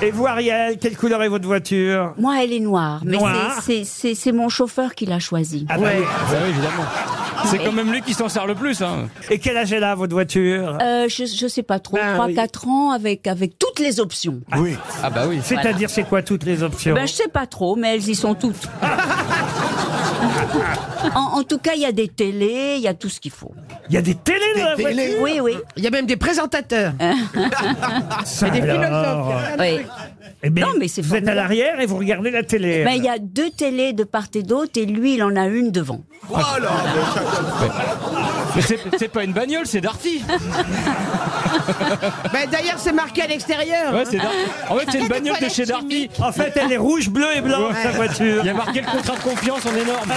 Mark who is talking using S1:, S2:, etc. S1: Et vous, Ariel, quelle couleur est votre voiture
S2: Moi, elle est noire, mais
S1: Noire.
S2: c'est- c'est- c'est c'est mon chauffeur qui l'a choisie.
S1: Ah bah oui.
S3: évidemment. C'est quand même lui qui s'en sert le plus. Hein.
S1: Et quel âge est là, votre voiture
S2: Euh, je, je sais pas trop,
S1: Ben oui.
S2: 3-4 ans avec, avec toutes les options.
S3: Oui. Ah bah oui.
S1: C'est-à-dire, c'est quoi toutes les options
S2: Ben, je sais pas trop, mais elles y sont toutes. en, en tout cas, il y a des télés, il y a tout ce qu'il faut.
S1: Il y a des télés dans la voiture
S2: Oui, oui.
S4: Il y a même des présentateurs.
S1: Ça
S4: Ah, Des
S1: alors. Ah.
S4: philosophes.
S2: oui.
S1: Eh ben,
S2: Non, mais c'est
S1: Vous êtes à
S2: formidable.
S1: l'arrière et vous regardez la télé.
S2: Ben, il y a deux télés de part et d'autre, et lui, il en a une devant.
S3: Mais c'est c'est pas une bagnole, c'est Darty.
S4: Bah, D'ailleurs, c'est marqué à l'extérieur.
S3: Ouais, c'est Darty. En fait, c'est une bagnole de chez Darty.
S1: En fait, elle est rouge, bleue et blanche, sa voiture.
S3: Il y a marqué le contrat de confiance en énorme.